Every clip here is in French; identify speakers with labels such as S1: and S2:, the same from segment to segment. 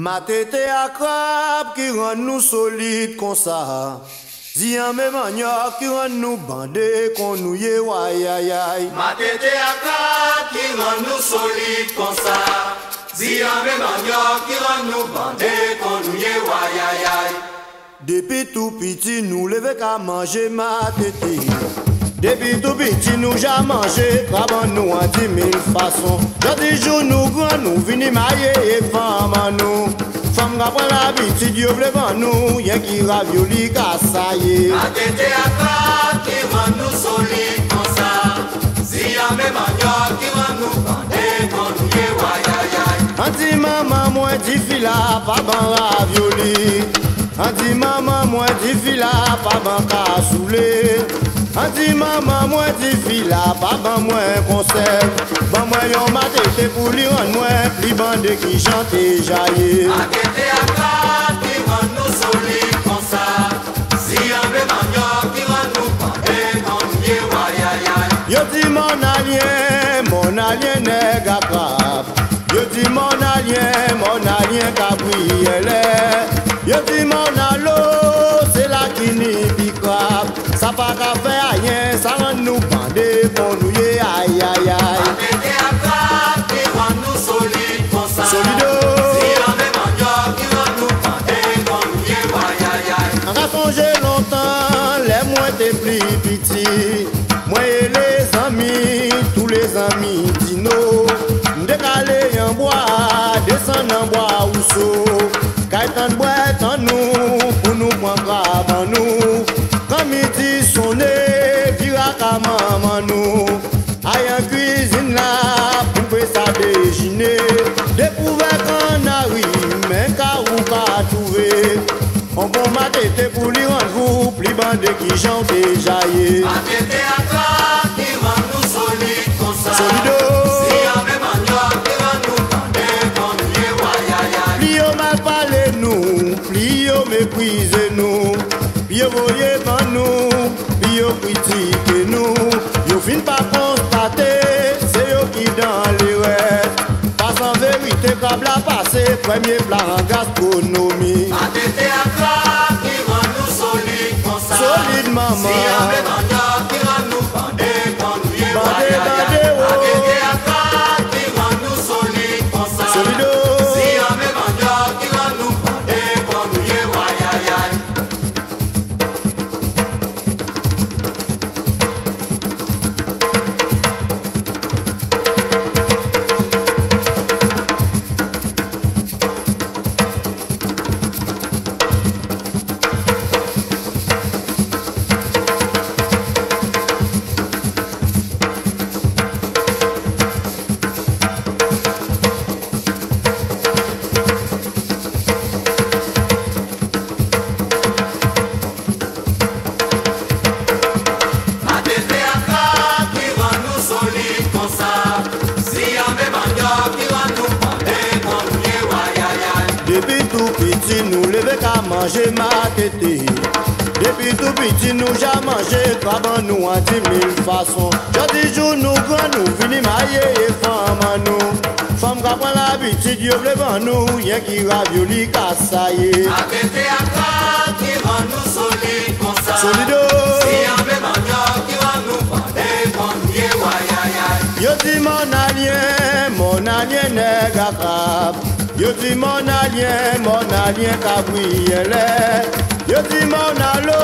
S1: Ma tete akrab ki ran nou solide kon sa Ziyan me manyok ki ran nou bande kon nou ye wayayay
S2: Ma tete akap ki ran nou solide kon sa Ziyan me manyok ki ran nou bande kon nou ye wayayay
S1: Depi tou piti nou leve ka manje ma tete Depi tou piti nou ja manje Kraban nou an di mil fason Jodi jou nou gran nou vini maye e faman nou Fam ka pren l'habitude yo vlevan nou Yen ki ravioli ka saye
S2: Ma tete akap ki ran nou solide kon sa Ziyan me manyok ki ran nou bande kon nou ye wayayay
S1: An di maman mwen di fila pa ban ravioli An di maman mwen di fila pa ban kasoule An di maman mwen di fila pa ban mwen konserv Ban mwen yon matete pou li ran mwen pli bande ki jante jaye
S2: Ma tete akap ki ran nou solide kon sa Ziyan me manyok ki ran nou bande kon nou ye wayayay
S1: Yo di mon alien, mon alien neg akrap Yo di mon alien, mon alien kabriyele Yo di mon alo, se la ki ni pi krap Sa pa ka fe ayen, sa ran nou bande kon nou ye ay ay ay
S2: Mete akap ki ran nou solide kon sa
S1: Solido.
S2: Si an men manyok ki ran nou pande kon nou ye wayayay
S1: An ka sonje lontan, le mwen te pli piti Mwen e le zami, tou le zami dino Mdekale yon boa, desen nan boa ou so Kay tan bwe tan nou, pou nou pran pravan nou Kan midi sone, vira ka maman nou Ayan kuisine la, pou pe sa dejine Depouve kan ari, men ka ou ka touve On bon ma tete pou li ranjou, pli bande ki jante jaye
S2: Mete akap ki ran nou solide kon sa
S1: Solido.
S2: Si an men manyok ki ran nou pande kon nou ye wayayay
S1: Pli yo mal pale nou, pli yo mekwize nou Pli yo voye van nou, pli yo kritike nou Yo fin pa konstate, se yo ki dan le wet Pas an verite kab la pase, premye plan en gastronomi
S2: Mete akap ki ran nou solide kon sa
S1: Solide, maman.
S2: Si an men manyok ki ran nou pande kon nou ye
S1: Bande, bande,
S2: wayayay
S1: oh.
S2: Mete akap ki ran nou solide kon sa
S1: Solido.
S2: Si an men manyok ki ran nou pande kon nou ye wayayay Ma tete akap ki ran nou solide kon sa Si an men manyok ki ran nou pande kon nou ye wayayay
S1: Depi tout petit nou leve ka manje ma tete Depi tout petit nou ja manje Kraban nou an di mil fason Jodi jou nou gran nou vini maye e faman nou Fam ka pren l'habitude yo vlevan nou Yen ki ravioli ka saye
S2: Ma tete akap ki ran nou solide kon sa
S1: Solido.
S2: Si an men manyok ki ran nou pande kon nou ye wayayay
S1: Yo di mon alien, mon alien neg akrab Yo di mon alien, mon alien kabriyele Yo di mon alo,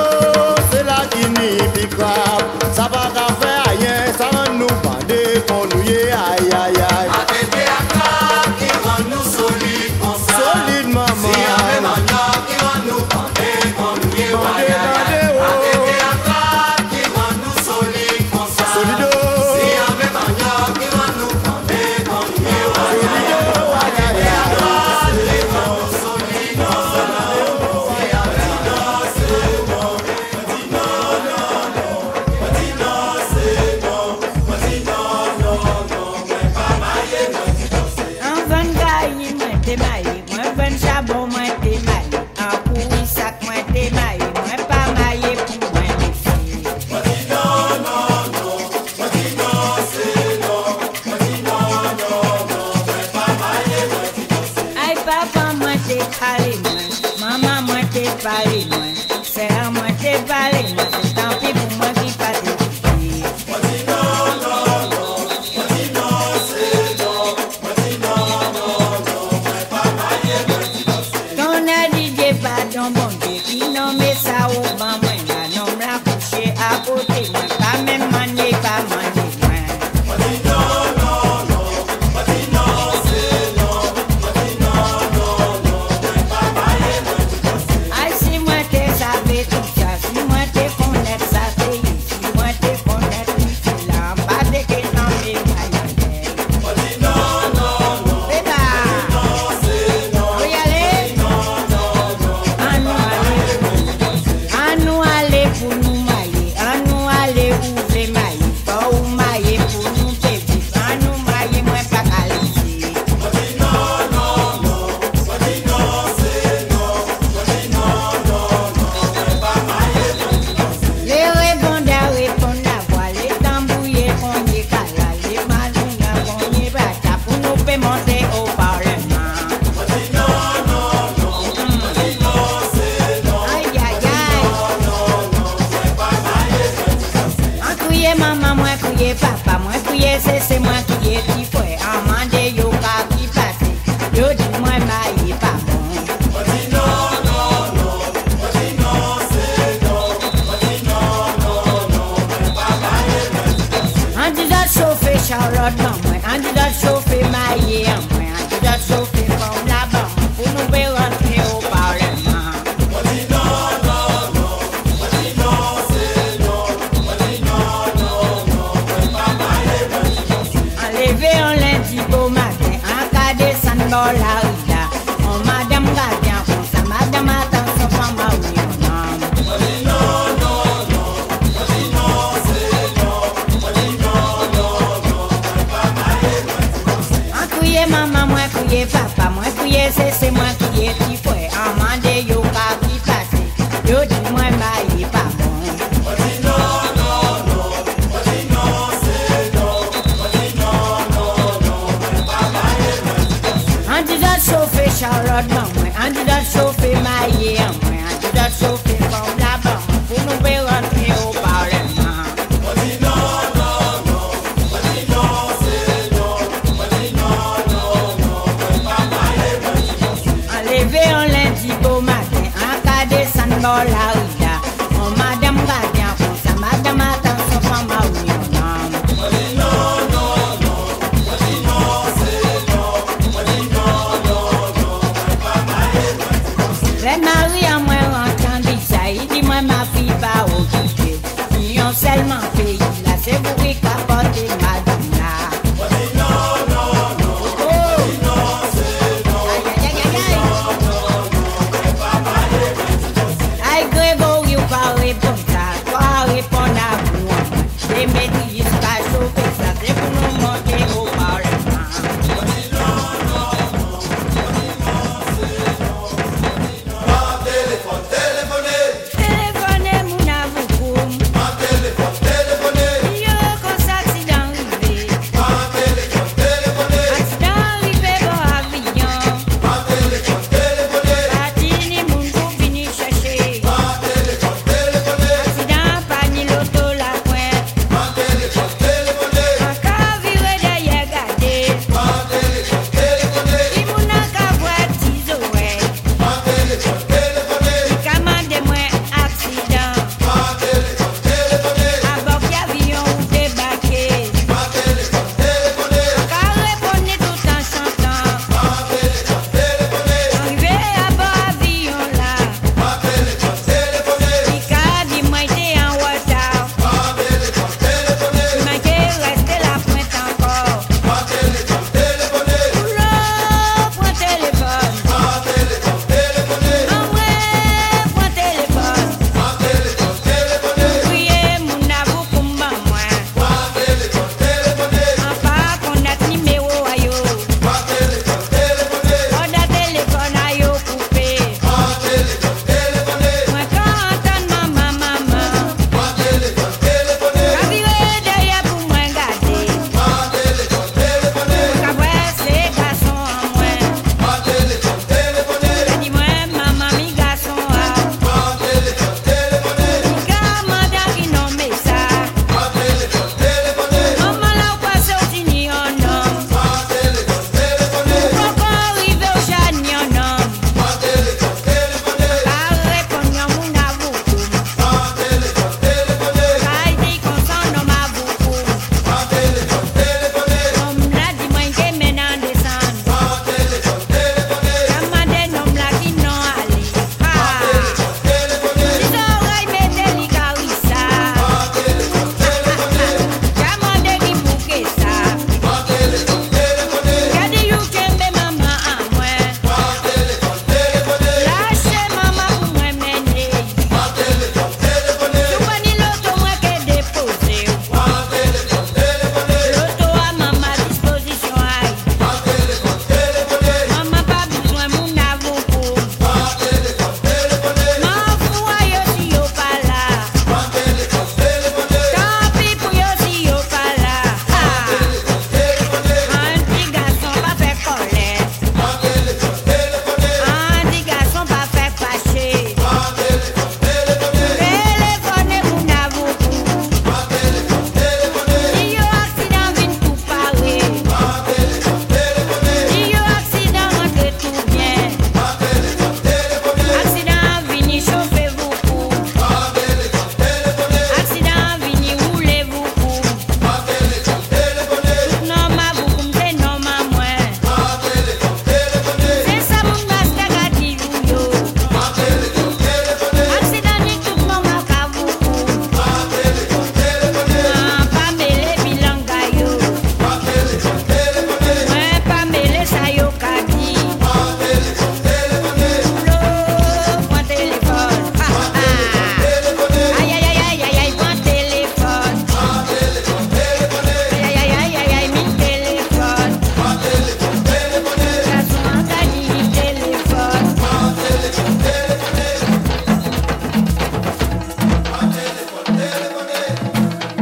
S1: se la ki ni pi krab Sa pa ka fe ayen, sa ran nou bande kon nou ye ay ay ay
S2: Ma tete akap ki ran nou solide kon sa
S1: Solide, maman.
S2: Si an men manyok ki ran nou pande kon nou ye
S1: Bande,
S2: wayayay
S1: bande,
S2: Ma
S1: oh.
S2: tete akap ki ran nou solide kon sa
S1: Solido.
S2: Si an men manyok ki ran nou pande kon nou ye wayayay
S3: An van gayi mwen te maye, mwen van chabon mwen te maye An pou isak mwen te maye, mwen pa maye pou mwen te fye Ay papa mwen te te kare mwen, mama mwen te pare mwen, sera mwen te pare mwen, se tanpi pou mwen ki pa te kite. Ton a dije pa don bonde, ki nan me sa ou ban mwen, la nan mla kouche apote mwen, pa men manye, pa manye mwen. Ay, si mwen te sabe tout sa, si mwen te konet sa te yi, si mwen te konet yi si la, an pa de ke nan me bayan de. Beba! Ou y ale? An nou ale pou- an nou ale pou nou maye, an nou ale pou vle maye, pa ou maye pou nou te viv, an nou maye mwen pa kalisi. Le rebonda reponda voa, le tambouye konye kala, le madouna konye bata, pou nou pe monte au parlement. Aïe, aïe, aïe. An kouye maman, mwen kouye papa, mwen kouye sese, mwen kouye ti fwe, an mande yo ka ki pase, yo di mwen maye pa bon. An di dat sofe Charlotte an mwen, an di dat sofe Maye an mwen, an di dat sofe Fon la ban mwen, pou nou be rentre au parlement. An leve an lendi bo maten, an kade san bol la rida, an Oh, madame gade an konsa, madame atan son pan ba ou yon nam. oh, An kouye mama, mwen kouye papa, mwen kouye sese, mwen kouye ti fwe, an mande yo pa ki pase, yo di mwen baye pa bon. An di dat sofe Charlotte ban mwen, an di dat sofe Maye an mwen, an di dat sofe Fon la ban mwen, pou nou be rentre au parlement. An leve an lendi bo maten, an ka desan bol la rida, an madame gade an konsa, madame atan son fan ba ou yon nam. Le mari an mwen rentan sa, yi di mwen ma fi pa okipe, ni yon selman peyi la, se bouri kapote madame la. Oh! Ay grebo yu pa repon sa, kwa repon na mwen Se meti yis pa sope sa, se pou nou monte ou parleman
S2: Ma téléphone, téléphone,
S3: Telefone moun avokoum,
S2: ma téléphone, téléphone,
S3: yo oh, oh,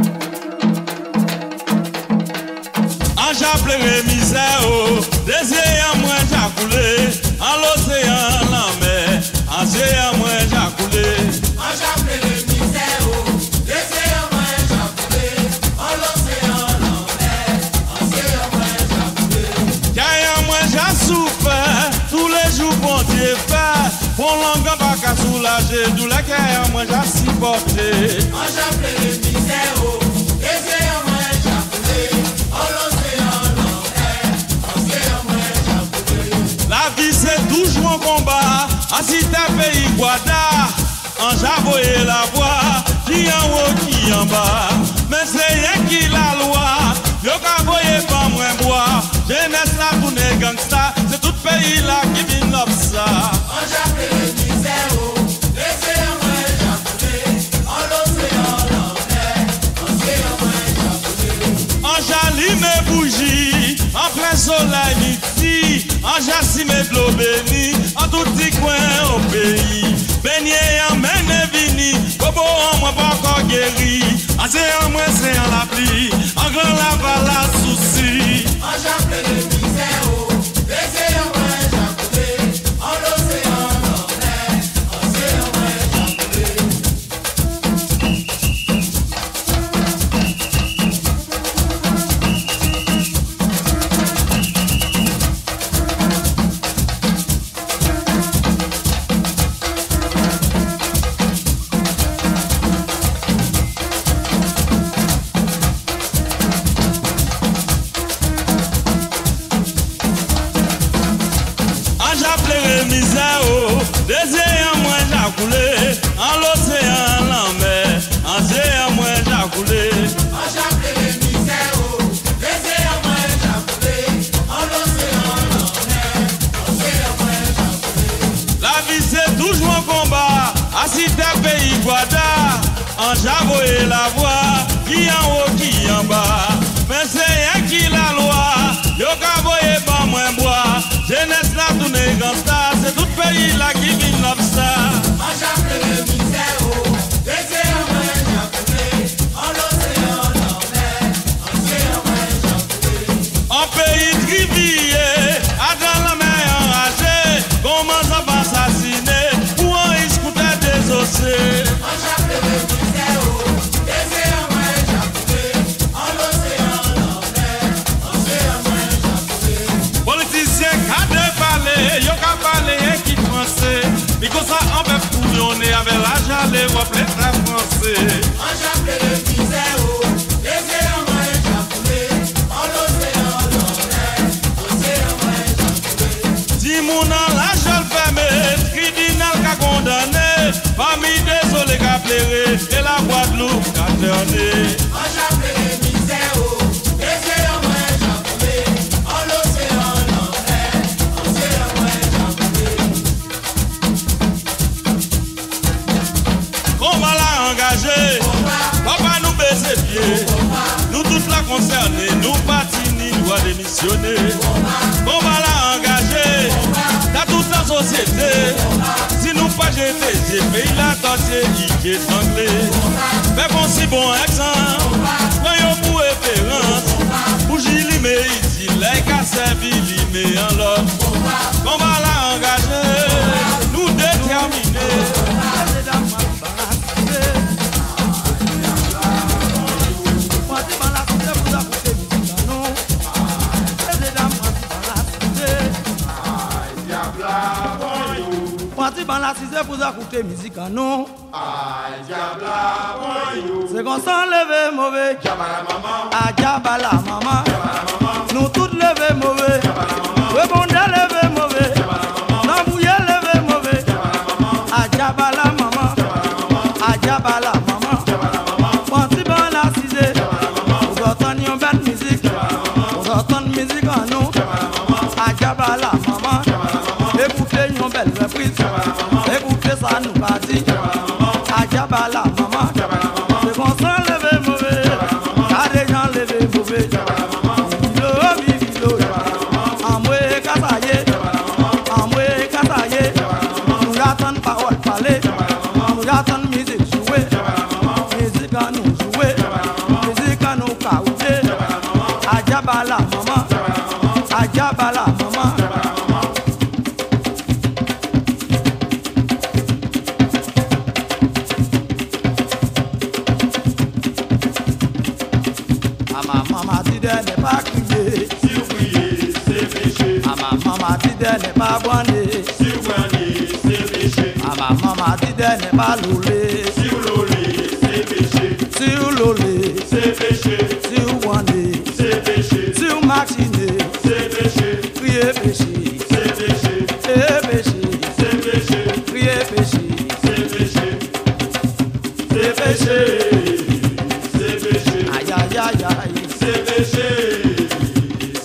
S4: oh. oh. Mon langan pa ka soulaje, dou la kè an mwen ja si porte.
S2: An chaple le mizè o, e se yon mwen chaple, an lo se yon an e, an se yon mwen chaple.
S4: La vi se toujou an komba, an si te peyi gwada. An javoye la vwa, ki an wo ki an ba. Men se yen ki la lwa, yo ka voye pa mwen bwa. Jenes la toune gangsta, se tout peyi la ki vin lop sa.
S2: An chaple le mizè o, e se yon mwen chaple, an lo se yon an e, an se yon mwen chaple.
S4: An jali me bougi, an plen solay miti, an jasi me blo beni, an touti kwen o peyi. Benye an mene vini, bobo an mwen pa kon geri, an se an mwen se an la pli, an gran la vala souci.
S2: An chaple le mizè o, e se yon mwen chaple, an lo se yon an e, an se yon mwen chaple.
S4: An japle remize o, dese an mwen jakoule, an lose an lanme, an se an mwen jakoule.
S2: An chaple le mizè o, e se yon mwen chaple, an lo se yon an e, an se yon mwen chaple.
S4: La vie c'est toujours un combat, assis ta pays guada, en javo et la voix, qui en haut, qui en bas. Mais c'est un qui la loi, yo kavoye pas moins bois, jeunesse la tournée grand star, c'est tout pays là qui vit l'obstacle.
S2: An chaple le mizè o, e se yon mwen chaple, an lo se yon an e, an se yon mwen chaple.
S4: En pays trivié, à dans la main enragée, commence à m'assassiner, pour un risque des désossé.
S2: An chaple le mizè o, e se yon mwen chaple, an lo se yon an e, an se yon mwen chaple.
S4: Politisyen ka de pale, yo ka pale yon ki franse Miko sa an pe pou yone ave la jale wap le tra franse
S2: An chaple le mizè o, e se yon mwen chaple, an lo se yon an e, an se yon mwen chaple.
S4: Di moun an la jol feme, kridinal ka kondane Fami desole ka plere, e la Guadeloupe ka terne
S2: An chaple le mizè o, e se yon mwen chaple, an lo se yon an e, an se yon mwen chaple.
S4: Komba la angaje,
S2: Opa,
S4: papa nou bese pie
S2: opa,
S4: Nou tout la konserne, nou pati ni lwa demisyone
S2: opa,
S4: Komba la angaje,
S2: opa,
S4: Dans toute la société, si nous pas jeter, j'ai payé la tâche qui est anglais. Fais bon si bon exemple, voyons pour référence. Pour Gilles, mais ici, les cas servis, mais en l'homme. On va la engager, nous déterminer.
S5: Pati ban la size pou zakoute mizik anon Se kon san leve mouve Ajaba la mama Nou tout leve mouve Rebonde leve mouve Nan mouye leve mouve Ajaba la mama Ajaba la mama Pati ban la size Ou zotan yon bet mizik Ou zotan mizik anon Ajaba la mama Écoutez une belle reprise Écoutez ça nous va dire Ajaba la maman C'est bon sans lever mauvais Car des gens lever mauvais Vivilo, vivilo Amwe kataye Amwe kataye Nous attendons parole parler Nous attendons musique jouer Musique à nous jouer Musique à nous caouter Ajaba la maman Ajaba la maman Ama mama ti dẹ ní bá kúye. Ama mama ti dẹ ní bá gbọ́nde.
S2: An
S5: Papa maman dit de ne pas louler
S2: Si vous l'olé, c'est péché,
S5: Si ou lole,
S2: c'est péché,
S5: si ou wane
S2: c'est péché,
S5: Si ou makine,
S2: c'est péché,
S5: kriye pechi
S2: c'est péché,
S5: E pechi,
S2: c'est péché,
S5: kriye pechi
S2: c'est péché, c'est péché, c'est péché,
S5: Ay ay ay ay
S2: c'est péché,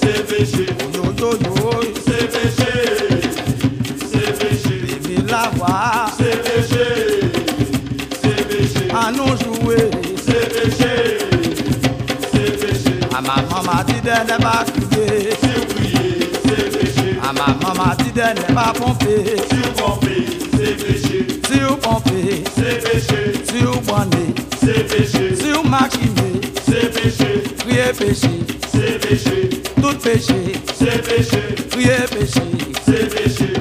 S2: c'est péché,
S5: Yo yo yo
S2: c'est péché, c'est péché,
S5: Vive la voix
S2: c'est péché, c'est péché,
S5: à nous jouer
S2: c'est péché, c'est péché,
S5: À ma maman dit de ne pas crier
S2: c'est prier, c'est péché.
S5: À ma maman dit de ne pas pomper
S2: Sur mon pays, c'est péché,
S5: Si ou pomper,
S2: c'est péché,
S5: si ou wane
S2: c'est péché,
S5: Si ou makine,
S2: c'est péché,
S5: kriye pechi
S2: c'est péché,
S5: Tout pechi,
S2: c'est péché,
S5: kriye pechi
S2: c'est péché.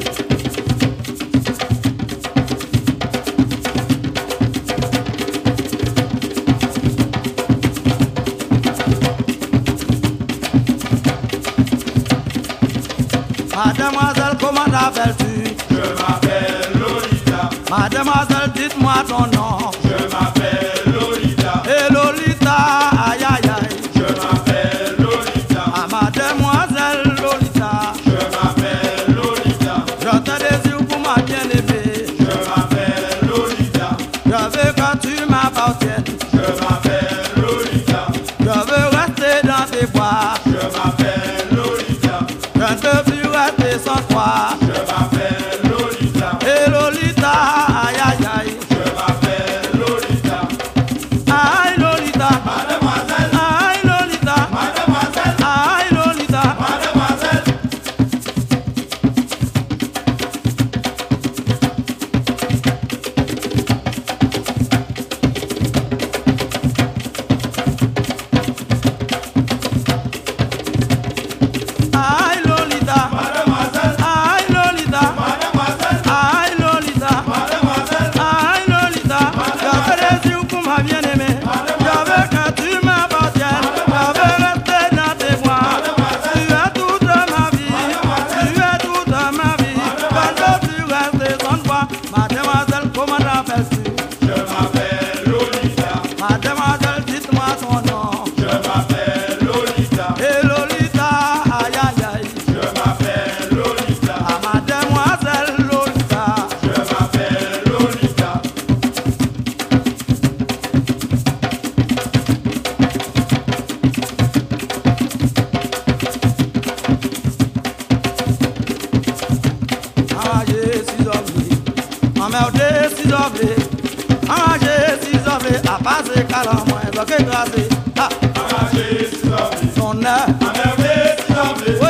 S5: Mademoiselle, comment t'appelles-tu
S2: Je m'appelle Lolita,
S5: Mademoiselle, dites-moi ton nom.
S2: je m'appelle Lolita,
S5: Et Lolita, aïe aïe aïe.
S2: je m'appelle Lolita,
S5: Ah, mademoiselle Lolita,
S2: je m'appelle Lolita,
S5: je te désire pour ma bien-aimée.
S2: je m'appelle Lolita,
S5: Je veux que tu m'appartiennes.
S2: je m'appelle Lolita,
S5: Je veux rester dans tes bras.
S2: je m'appelle Lolita,
S5: Je ne veux plus rester sans toi.
S2: je m'appelle Lolita,
S5: Et Lolita, aïe aïe aïe.
S2: je m'appelle Lolita,
S5: Aïe Lolita,
S2: mademoiselle,
S5: aïe Lolita,
S2: mademoiselle.
S5: aïe Lolita. Aïe Lolita, aïe Lolita, aïe Lolita. Ay Lolita, j'avais des yeux pour ma bien-aimée. J'avais que tu m'appartiennes. J'avais resté dans tes bras. Tu es toute ma vie. Tu es toute ma vie. Quand tu restes sans toi, mademoiselle, comment t'appelles-tu? Mademoiselle, dites-moi ton nom. Et Lolita, aïe aïe aïe. Ah, mademoiselle Lolita. Arrangez six hommes, emmerdez six hommes, arrangez six hommes, à passer calant moins, donc écrasé. Ah, son air, oui, oui,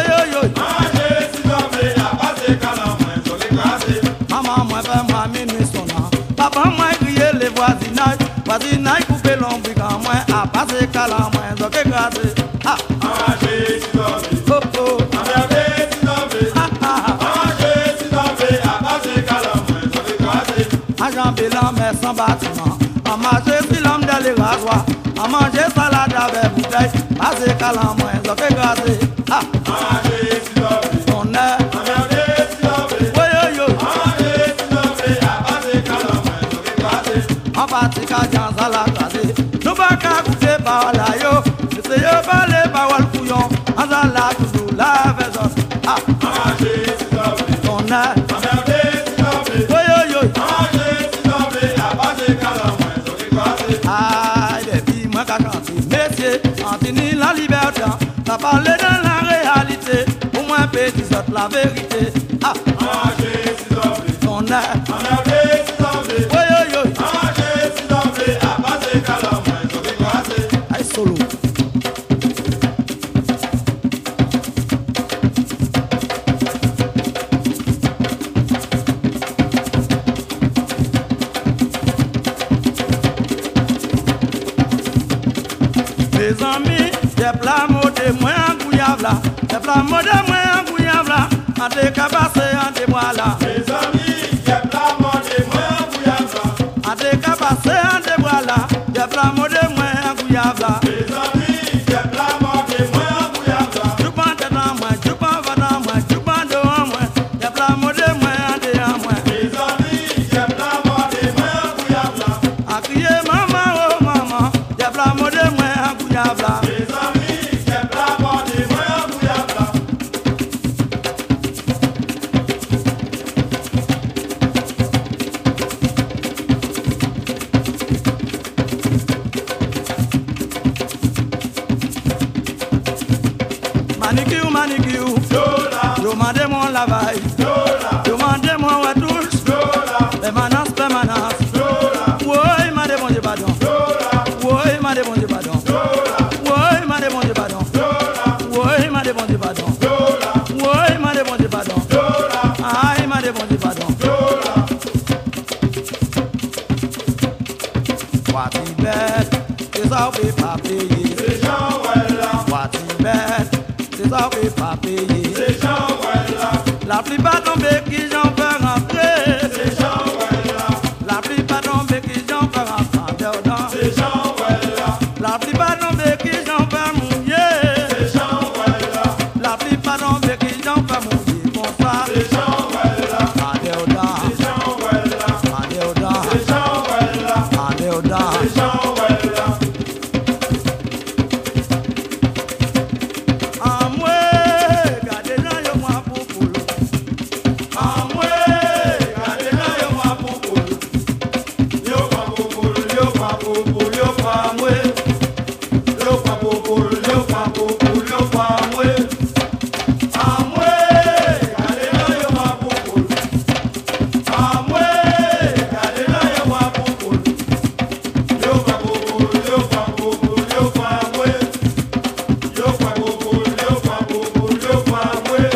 S5: oui, maman, moi, fais moi, minuit sonnant. Papa, moi, crier les voisinages, voisinage, couper l'ombricant, moi, à passer calant moins, donc écrasé. Ah, oh, oh, ah, ah, ah, enjambé la mer sans bâtiment, en marcher sur l'homme dans les rasoirs, en manger salade avec bouteille, passer calant moins, donc écrasé. Ah, son air, oui, oui, oui. An pati ka jan zala kade Nou pa ka koute pa wala yo Mese yo pale pa wal kouyon An zala toujou la vezon Ah, ton e Yo yo yo Ay, bebi, mwen ka kante Mesye, antini la libertan Sa pale dan la realite Pou mwen peti sot la verite Ah, ton e Yo yo yo Ay, solo Mes amis, des plats modés, moi en gouillave là. Des plats modés, moi en gouillave là. En te cabassé, en te voilà. En te cabassé, en te voilà. Des plats modés, moi en gouillave là. Tu prends tête en moi, tu prends ventre en moi, tu prends dos en moi. Des plats modés, moi en dehors en moi.
S2: Mes amis, j'aime la
S5: oh bet, se sa ou pe pa peye
S6: Se jan wè la,
S5: Wati bet, se sa ou pe pa peye
S6: se jan wè la,
S5: La pli pa tombe ki jan fè rentre
S6: se jan wè la,
S5: La pli pa tombe ki jan fè rentre deodan
S6: se jan wè la,
S5: La pli pa tombe ki jan fè mouye
S6: se jan wè la,
S5: La pli pa tombe ki jan fè mouye kon sa
S6: se jan wè la,
S5: Pa deodan,
S6: se jan wè la,
S5: pa deodan,
S6: se jan wè la,
S5: pa deodan
S6: se jan wè la.
S5: Amwe, gade nan yo mwa pou pou
S6: Amwe, gade nan yo pa poupou, yo pa poupou, yo pa poupou, yo pa amwe. Yo pa poupou, yo pa poupou, yo pa amwe. Amwe, gade nan yo pa poupou. Amwe, gade nan yo pa poupou. Yo pa poupou, yo pa poupou, yo pa amwe. Yo pa poupou, yo pa poupou, yo pa amwe.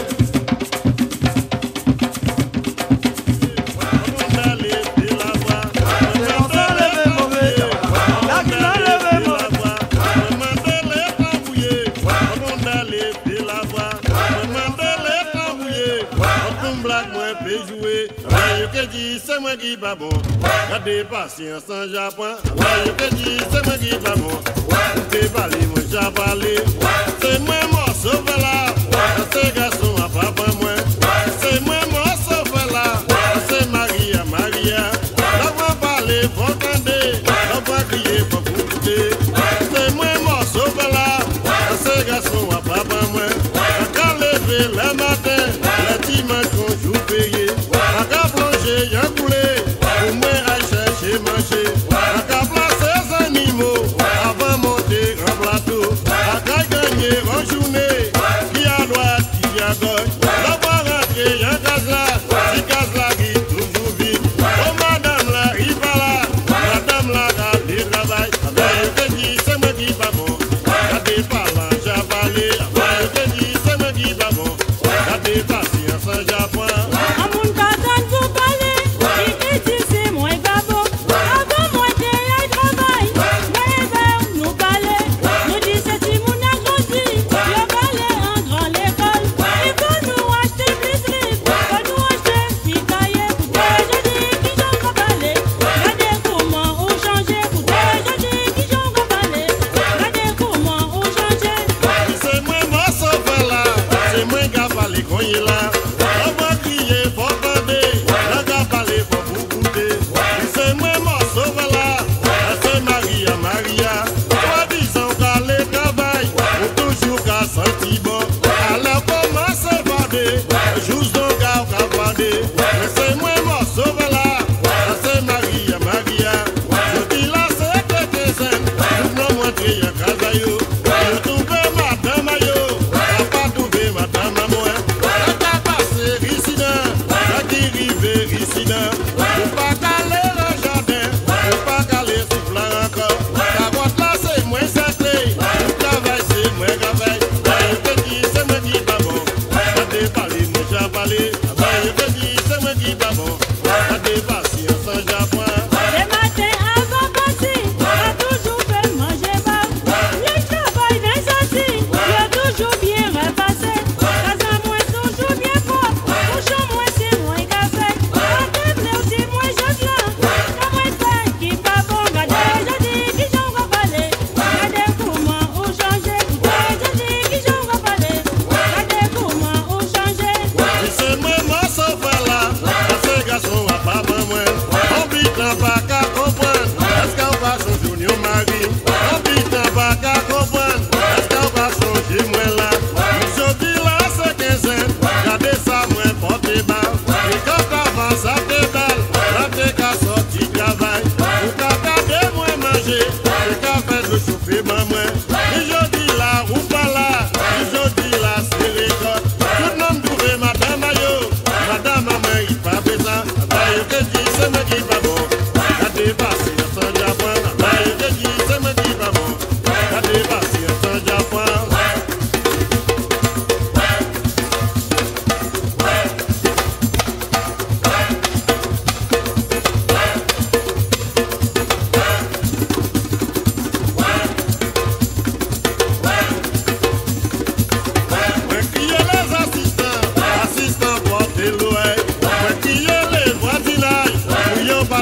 S7: C'est moi qui pas bon, gardez patience en Japon. Ouais, je dis, c'est moi qui pas bon. Ouais, t'es parlé, moi j'ai parlé. C'est moi morceau là. C'est garçon à papa moi. C'est moi morceau là. C'est Maria, Maria. La voix parler, faut canter. La voix crier, faut écouter. C'est moi morceau là. C'est garçon à papa moi. Quand lever le matin, le dimanche qu'on joue payé. Quand plonger, y'a couler. Pour moi, à chercher, manger. Quand placer ses animaux, avant monter grand plateau. Quand gagner en journée, qui à droite, qui à gauche. La voix rentrée, y'a Casla. Si Casla qui toujours vite. Oh, madame la, il va là. Madame la, garde du travail. Ben, je te dis, c'est moi qui va bon. Gardez pas là, j'ai parlé. Ben, je te dis, c'est moi qui va hein, bon. Gardez patience, j'ai pas.
S8: Amoun katan pou pale, ki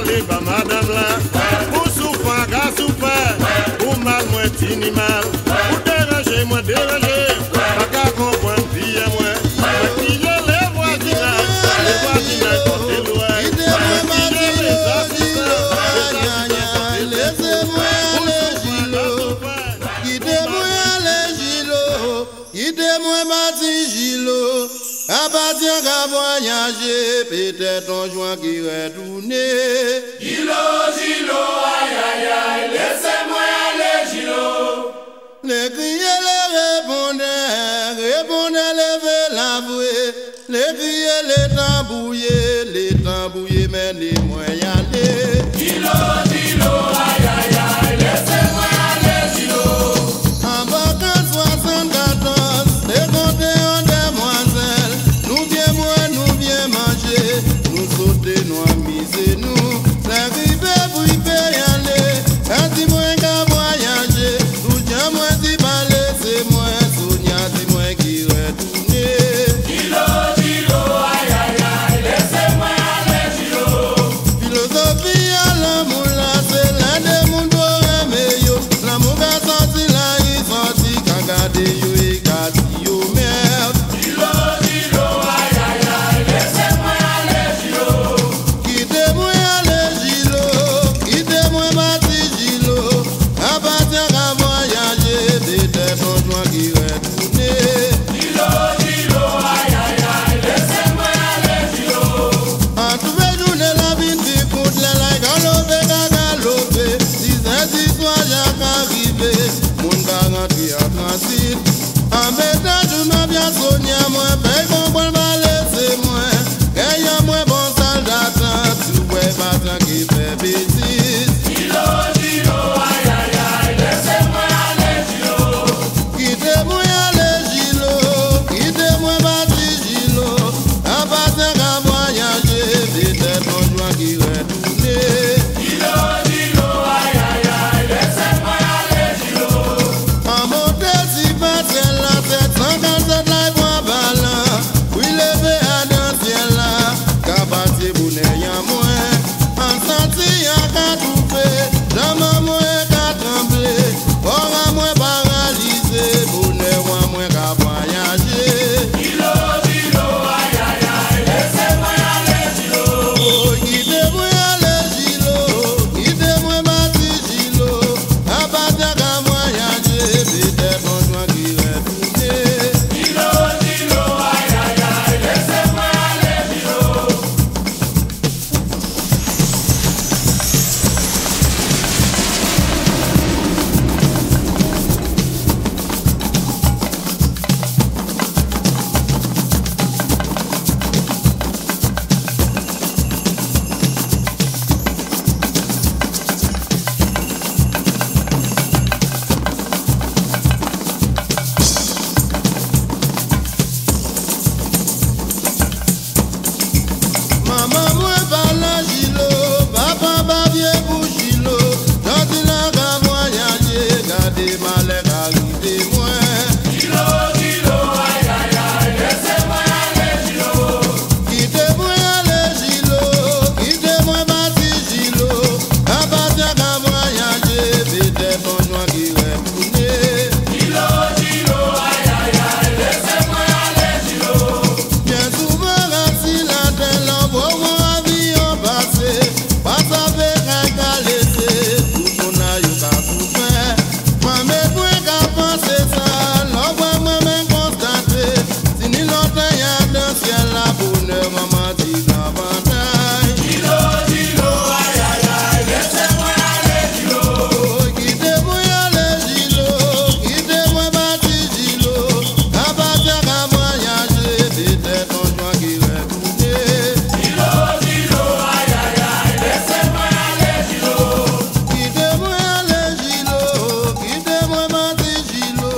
S9: le ba madame la Ou soufa ka soufa Ou mal mwen ti ni mal Ou deranje mwen deranje Pa ka kompwen piye mwen Mwen kiye le voisinaj Le voisinaj kote lwen Mwen kiye le asisan Le asisan kote lwen
S10: Apatien qu'à voyager, peut-être un joint qui retourne. Les criers les répondaient, répondaient lever la bouée. Les criers les tambouillés, les tambouillés mais les moyens aller. En vacances 74, les compteurs demoiselles, nous bien moins, nous bien manger, nous sauter, nous amuser, nous. La vie peut y aller, un petit moins qu'à voyager, tout bien moins d'y parler, c'est moins, tout n'y a dit moins qui retourner. Filosofi a l'amour la se la de moun do reme yo L'amour ka santi la yi santi Ka gade yo e gade yo mer Kite mwen ale jilo Kite mwen bati jilo A pati ka voyaje Bete konjwa ki retoune An touve jounen la vin ti kout le lay galope ka galope Si zè si swa jan ka rive, moun ka rentri an transit An betan jounen byan sonye mwen, pey kon bon va lese mwen Kèyan mwen bon sal datan, sou wè patan ki fe betis Kite mwen ale jilo, kite mwen bati jilo An paten ka voyaje, vete konjwa ki retoune An monte si patre la tèt, 147 la y pwa balan Ou y leve a dan sien la, ka pati bounen yan mwen An santi yan ka toupe, jaman mwen ka tremble Ora mwen paralize, bounen wan mwen ka voyaje Kite mwen ale jilo, kite mwen bati jilo A pata ka voyaje, bete konjwa ki retoune Maman mwen pala jilo, papa pa vie pou jilo Janti la ka voyaje, gade male ka rive mwen Kite mwen ale jilo, kite mwen bati jilo A pati a ka voyaje, bete bonjwa ki repoune Bien souvent assis la tête, l'envoi mon avion passé, pas savoir qu'à laisser, tout mon aïe qu'a souffert. Moi-même, moi qu'a pensé ça, l'envoi moi-même constaté, si ni longtemps y'a dans ciel la bonheur, maman dit davantage. Kite mwen ale jilo, kite mwen bati jilo A pati a ka voyaje, bete konjwa ki retoune Kite mwen ale jilo, kite mwen bati jilo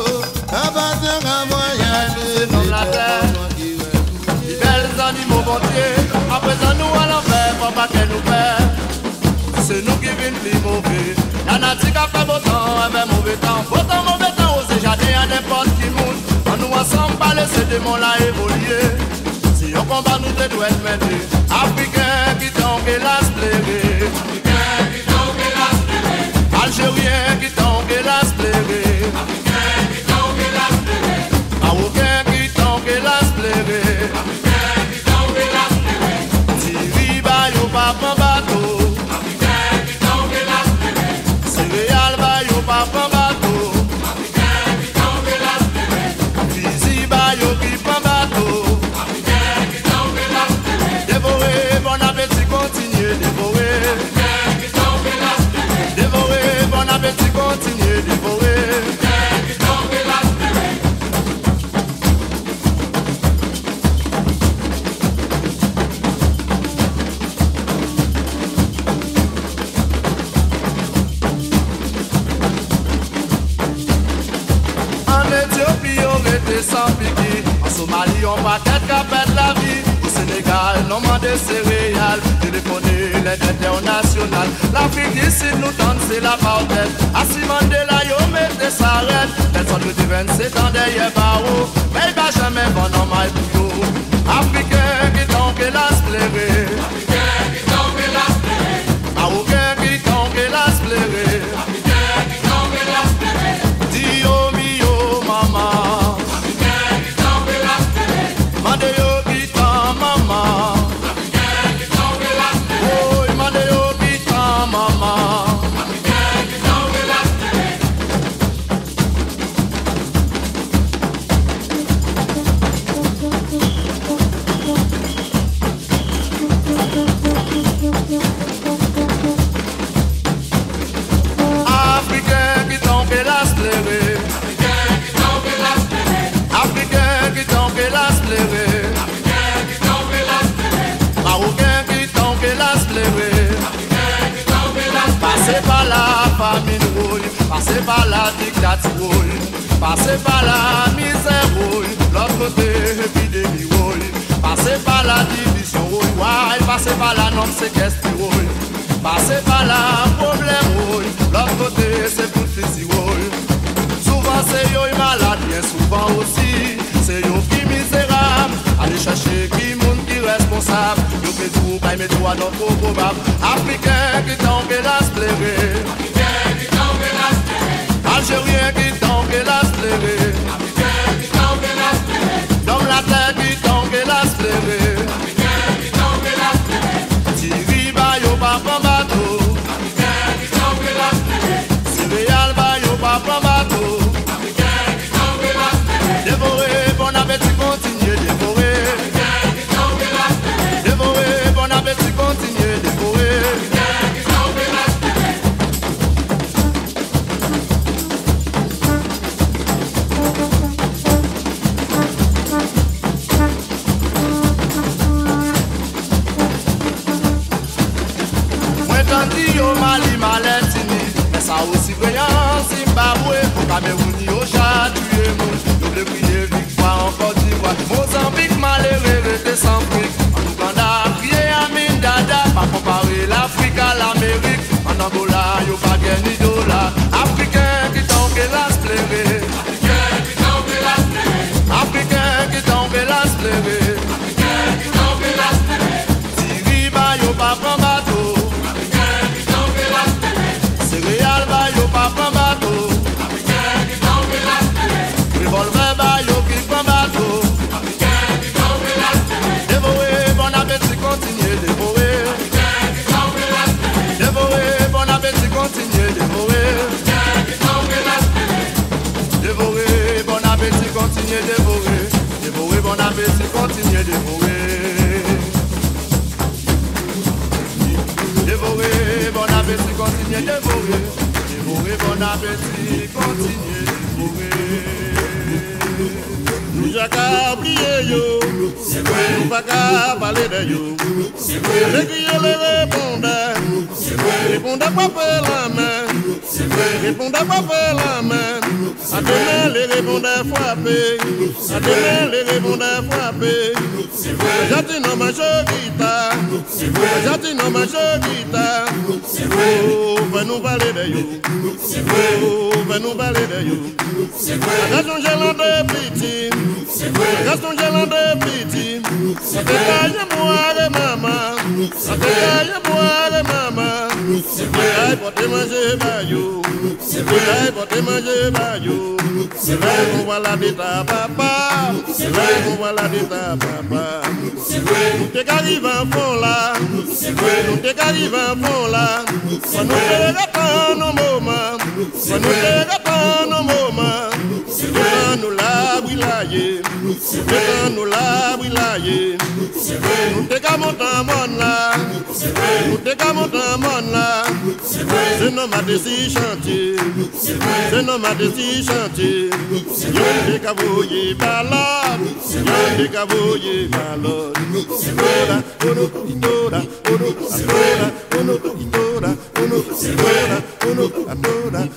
S10: A pati a ka voyaje, bete konjwa ki retoune
S2: Belles animaux bon Dieu, à présent nous à l'enfer, pour pas qu'elle nous perd. C'est nous qui vîmes les mauvais. La nature qui a fait beau temps, et même mauvais temps. Beau temps, mauvais temps, on s'est jardé à n'importe qui monde. On nous ensemble, pas laisser des démons là évoluer. Si on combat, nous te doit être mêlés. Africains qui tombent, hélas, plairés.
S9: yon paket ka pet la vi Ou Senegal, noman de sereal Telefone led internasyonal L'Afrik disi nou tan se la pautet Asi Mandela yo mette sa red Nelson yo diven se tan deye baro Men ba jame bon an may pou yo Afriken ki tonke la splere Afriken ki tonke la splere Dio mio mama Mande yo kita mama Oy mande yo kita mama Africain qui tombe la spléré. Africain qui tombe la spléré. Marocain qui tombe la spléré. Passez par la famine rouille, passez par la dictature rouille, passez par la misère rouille, l'autre côté épidémie rouille, passez par la division rouille, ouais, passez par la norme séquestre rouille, passez par la problème rouille, l'autre côté c'est pour physique rouille. Souvent c'est yo y malade, bien souvent aussi C'est yo qui misérable Allez chercher qui monde qui responsable Yo fait tout, baille mes doigts dans ton probable Africain qui tombe la spléré Algérien qui tombe la spléré Dans la terre qui tombe la spléré Thierry ba yo pa prend bateau Céréales ba yo pa prend bateau Dévoré, bon appétit, continuez, dévoré Dévoré, bon appétit, continuez, dévoré Mwen tanti yo Mali Maletini Mwen sa osi vreyan Zimbabwe Pou Kamerouni yo chatouye moun Yo ble priye vikwa an Kote d'Ivoire Mozambik malere rete san prik An Ouganda priye Amin Dada Pa kompare l'Afrika l'Amerik An Angola yo pa gen ni dola Afriken ki tonke la splere Afriken ki tonke la splere Tiri ba yo pa pran bato Cereal ba yo pa pran bato Revolver ba yo ki pran bato Devore bon apeti kontinye devore Devore bon apeti kontinye devore Devore bon apeti kontinye devore Devore bon apeti kontinye devore Dévorer, bon appétit, continuez dévorer. Dévorer, bon appétit, continuez dévorer.
S7: Nou ja ka oubliye yo Nou pa ka pale de yo Le kriye le reponde Reponde kwape la men Reponde kwape la men A demain le reponde fwape A demain le reponde fwape Jati nan manche kita Jati nan manche kita Oh, fè nou pale de yo Oh, fè nou pale de yo Gaston gelan de piti Gaston gelan de piti Sa te kaje mware mama Sa te kaje mware mama Ay pote manje bayo Ay pote manje bayo Ay kon wala de ta papa Ay kon wala de ta papa Nou te karivan fon la Nou te karivan fon la Sa nou te gata nan mouman Sa nou te gata nan mouman Devant nous la wilaye, devant nous la wilaye. Nous te gamons en mon là, nous te gamons en mon là. C'est nos madesi chantier, c'est nos madesi chantier. Yon de cavoye balade, yon de cavoye balade. Sibuela, ono, itora, ono, sibuela, ono, itora, ono, sibuela, ono,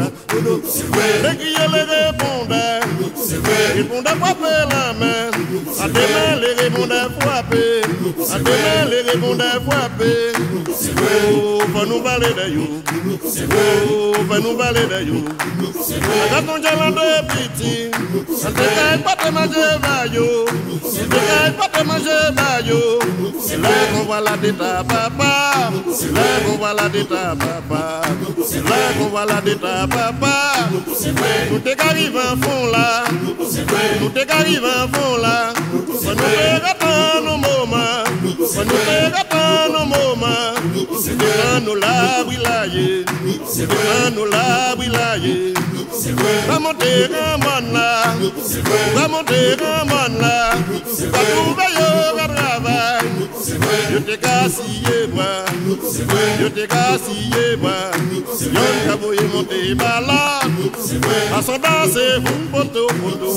S7: Les guillemets les répondaient, répondaient frapper la main. À tes mains les répondaient frapper, à tes mains les répondaient frapper. Oh, va nous parler d'ailleurs. Oh, va nous parler d'ailleurs. Quand on gèle de petit, on te gagne pas te manger maillot. On te gagne pas te manger maillot. C'est là qu'on voit la de ta papa. C'est là qu'on voit la de ta papa. C'est là qu'on voit la de ta papa. Nou te karive an fon la Nou te karive an fon la Fon nou te gatan nou mouman Fon nou te gatan nou mouman Se devan nou la wilaye Se devan nou la wilaye Va monte ramon la Va monte ramon la Va kouve yo va travay Yo te kasiye mwa Yo te kasiye mwa Yon kaboye monte bala A son danse pou poto poto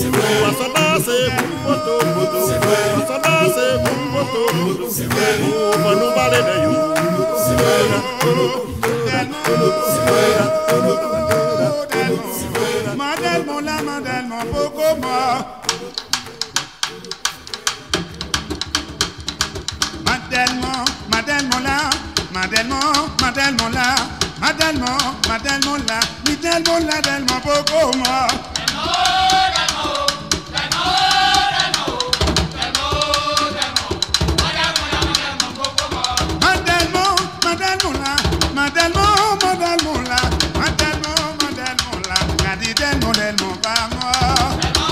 S7: A son danse pou poto poto A son danse pou poto poto Ou pa nou bale de yo
S2: Mandel mon la, mandel mon poco ma. Mandel mon, mandel mon la, mandel mon, mandel mon la, mandel mon, mandel mon la, mi del mon la del mon poco ma. Mandel mon, mandel mon la, mandel mon, mandel mon la, mandel mon, mandel mon la, la di del mon del mon pa moi.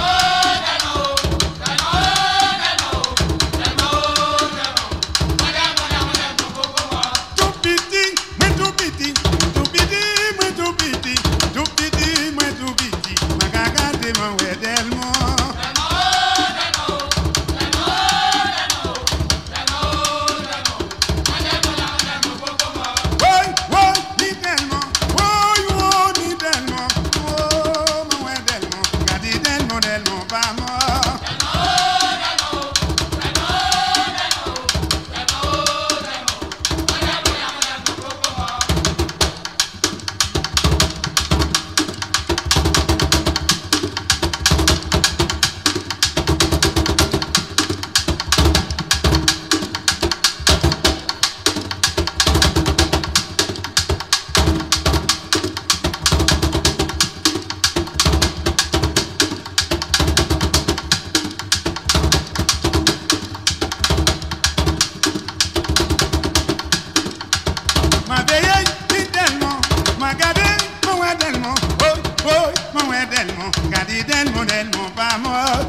S2: Tout petit, mwen tout petit, tout petit, mwen tout petit, tout petit, mwen tout petit, mwen ka gade mwen wè del mwen. Woy, woy, ni del mwen, woy, woy, ni del mwen, woy, mwen wè del mwen, gade del mwen, del mwen pa mwen. Ma veye ni delman, ma gade mwen wè delman, oy, oy, mwen wè delman, gade delman, delman pa mwen.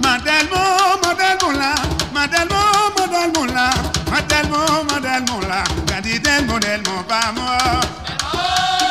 S2: Ma delman, ma delman la, ma delman, ma delman la, ma delman, ma delman la, gade delman, delman pa mwen.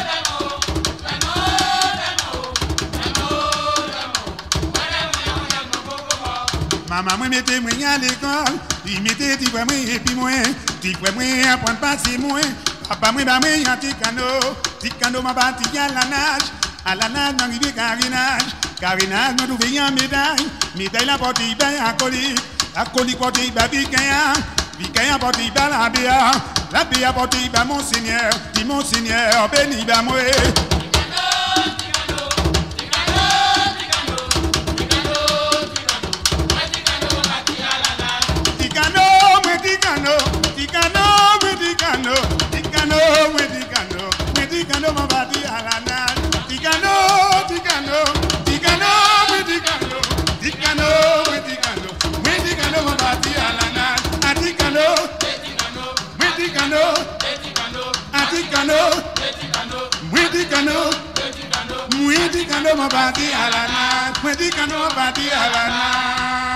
S2: Maman mwen mette mwen al ekol, li mette ti kwe mwen epi mwen, ti kwe mwen apon pase mwen, papa bah, mwen ba mwen yon ti kano, ti kano mwen pati al lanaj, al lanaj mwen rive karinaj, karinaj mwen touve yon meday, meday la poti bay akolik, akolik poti bay vikayan, vikayan poti bay la bea, la bea poti bay monseigneur, di monseigneur beni ba mwen. Ticano, mwen Ticano, Ticano, mwen Ticano, Ticano, mwen Ticano, mwen Ticano mwen bati alana. Ticano, Ticano, Ticano, mwen Ticano, Ticano, mwen Ticano, mwen Ticano mwen bati alana. A Ticano, mwen Ticano, a Ticano, mwen Ticano, mwen Ticano mwen bati alana, mwen Ticano mwen bati alana.